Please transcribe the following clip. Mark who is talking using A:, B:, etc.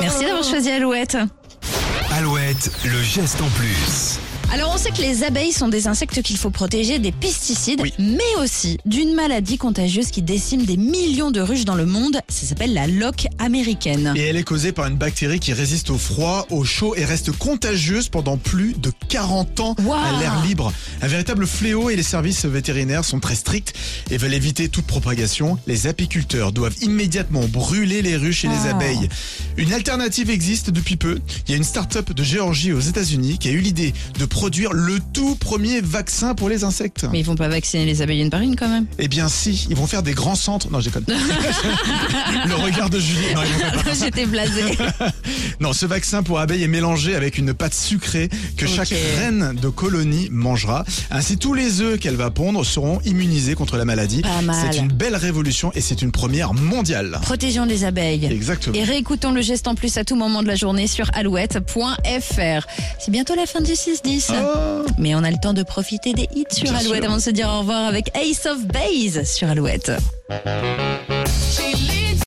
A: Merci d'avoir choisi Alouette.
B: Alouette, le geste en plus.
A: Alors on sait que les abeilles sont des insectes qu'il faut protéger des pesticides,
B: Oui.
A: mais aussi d'une maladie contagieuse qui décime des millions de ruches dans le monde. Ça s'appelle la loque américaine.
C: Et elle est causée par une bactérie qui résiste au froid, au chaud et reste contagieuse pendant plus de 40 ans
A: Wow.
C: à l'air libre. Un véritable fléau et les services vétérinaires sont très stricts et veulent éviter toute propagation. Les apiculteurs doivent immédiatement brûler les ruches et les
A: Ah.
C: abeilles. Une alternative existe depuis peu. Il y a une start-up de Géorgie aux États-Unis qui a eu l'idée de produire le tout premier vaccin pour les insectes.
A: Mais ils vont pas vacciner les abeilles une par une quand même.
C: Eh bien si, ils vont faire des grands centres. Non, je déconne. le regard de Julie. Non, ils vont pas faire ça.
A: J'étais blasée.
C: Non, ce vaccin pour abeilles est mélangé avec une pâte sucrée que
A: Ok.
C: chaque reine de colonie mangera. Ainsi, tous les œufs qu'elle va pondre seront immunisés contre la maladie.
A: Pas mal.
C: C'est une belle révolution et c'est une première mondiale.
A: Protégeons les abeilles.
C: Exactement.
A: Et réécoutons le geste en plus à tout moment de la journée sur alouette.fr. C'est bientôt la fin du 6-10. Mais on a le temps de profiter des hits sur
C: Oh. Bien
A: Alouette
C: sûr.
A: avant de se dire au revoir avec Ace of Base sur Alouette.
D: She leaves.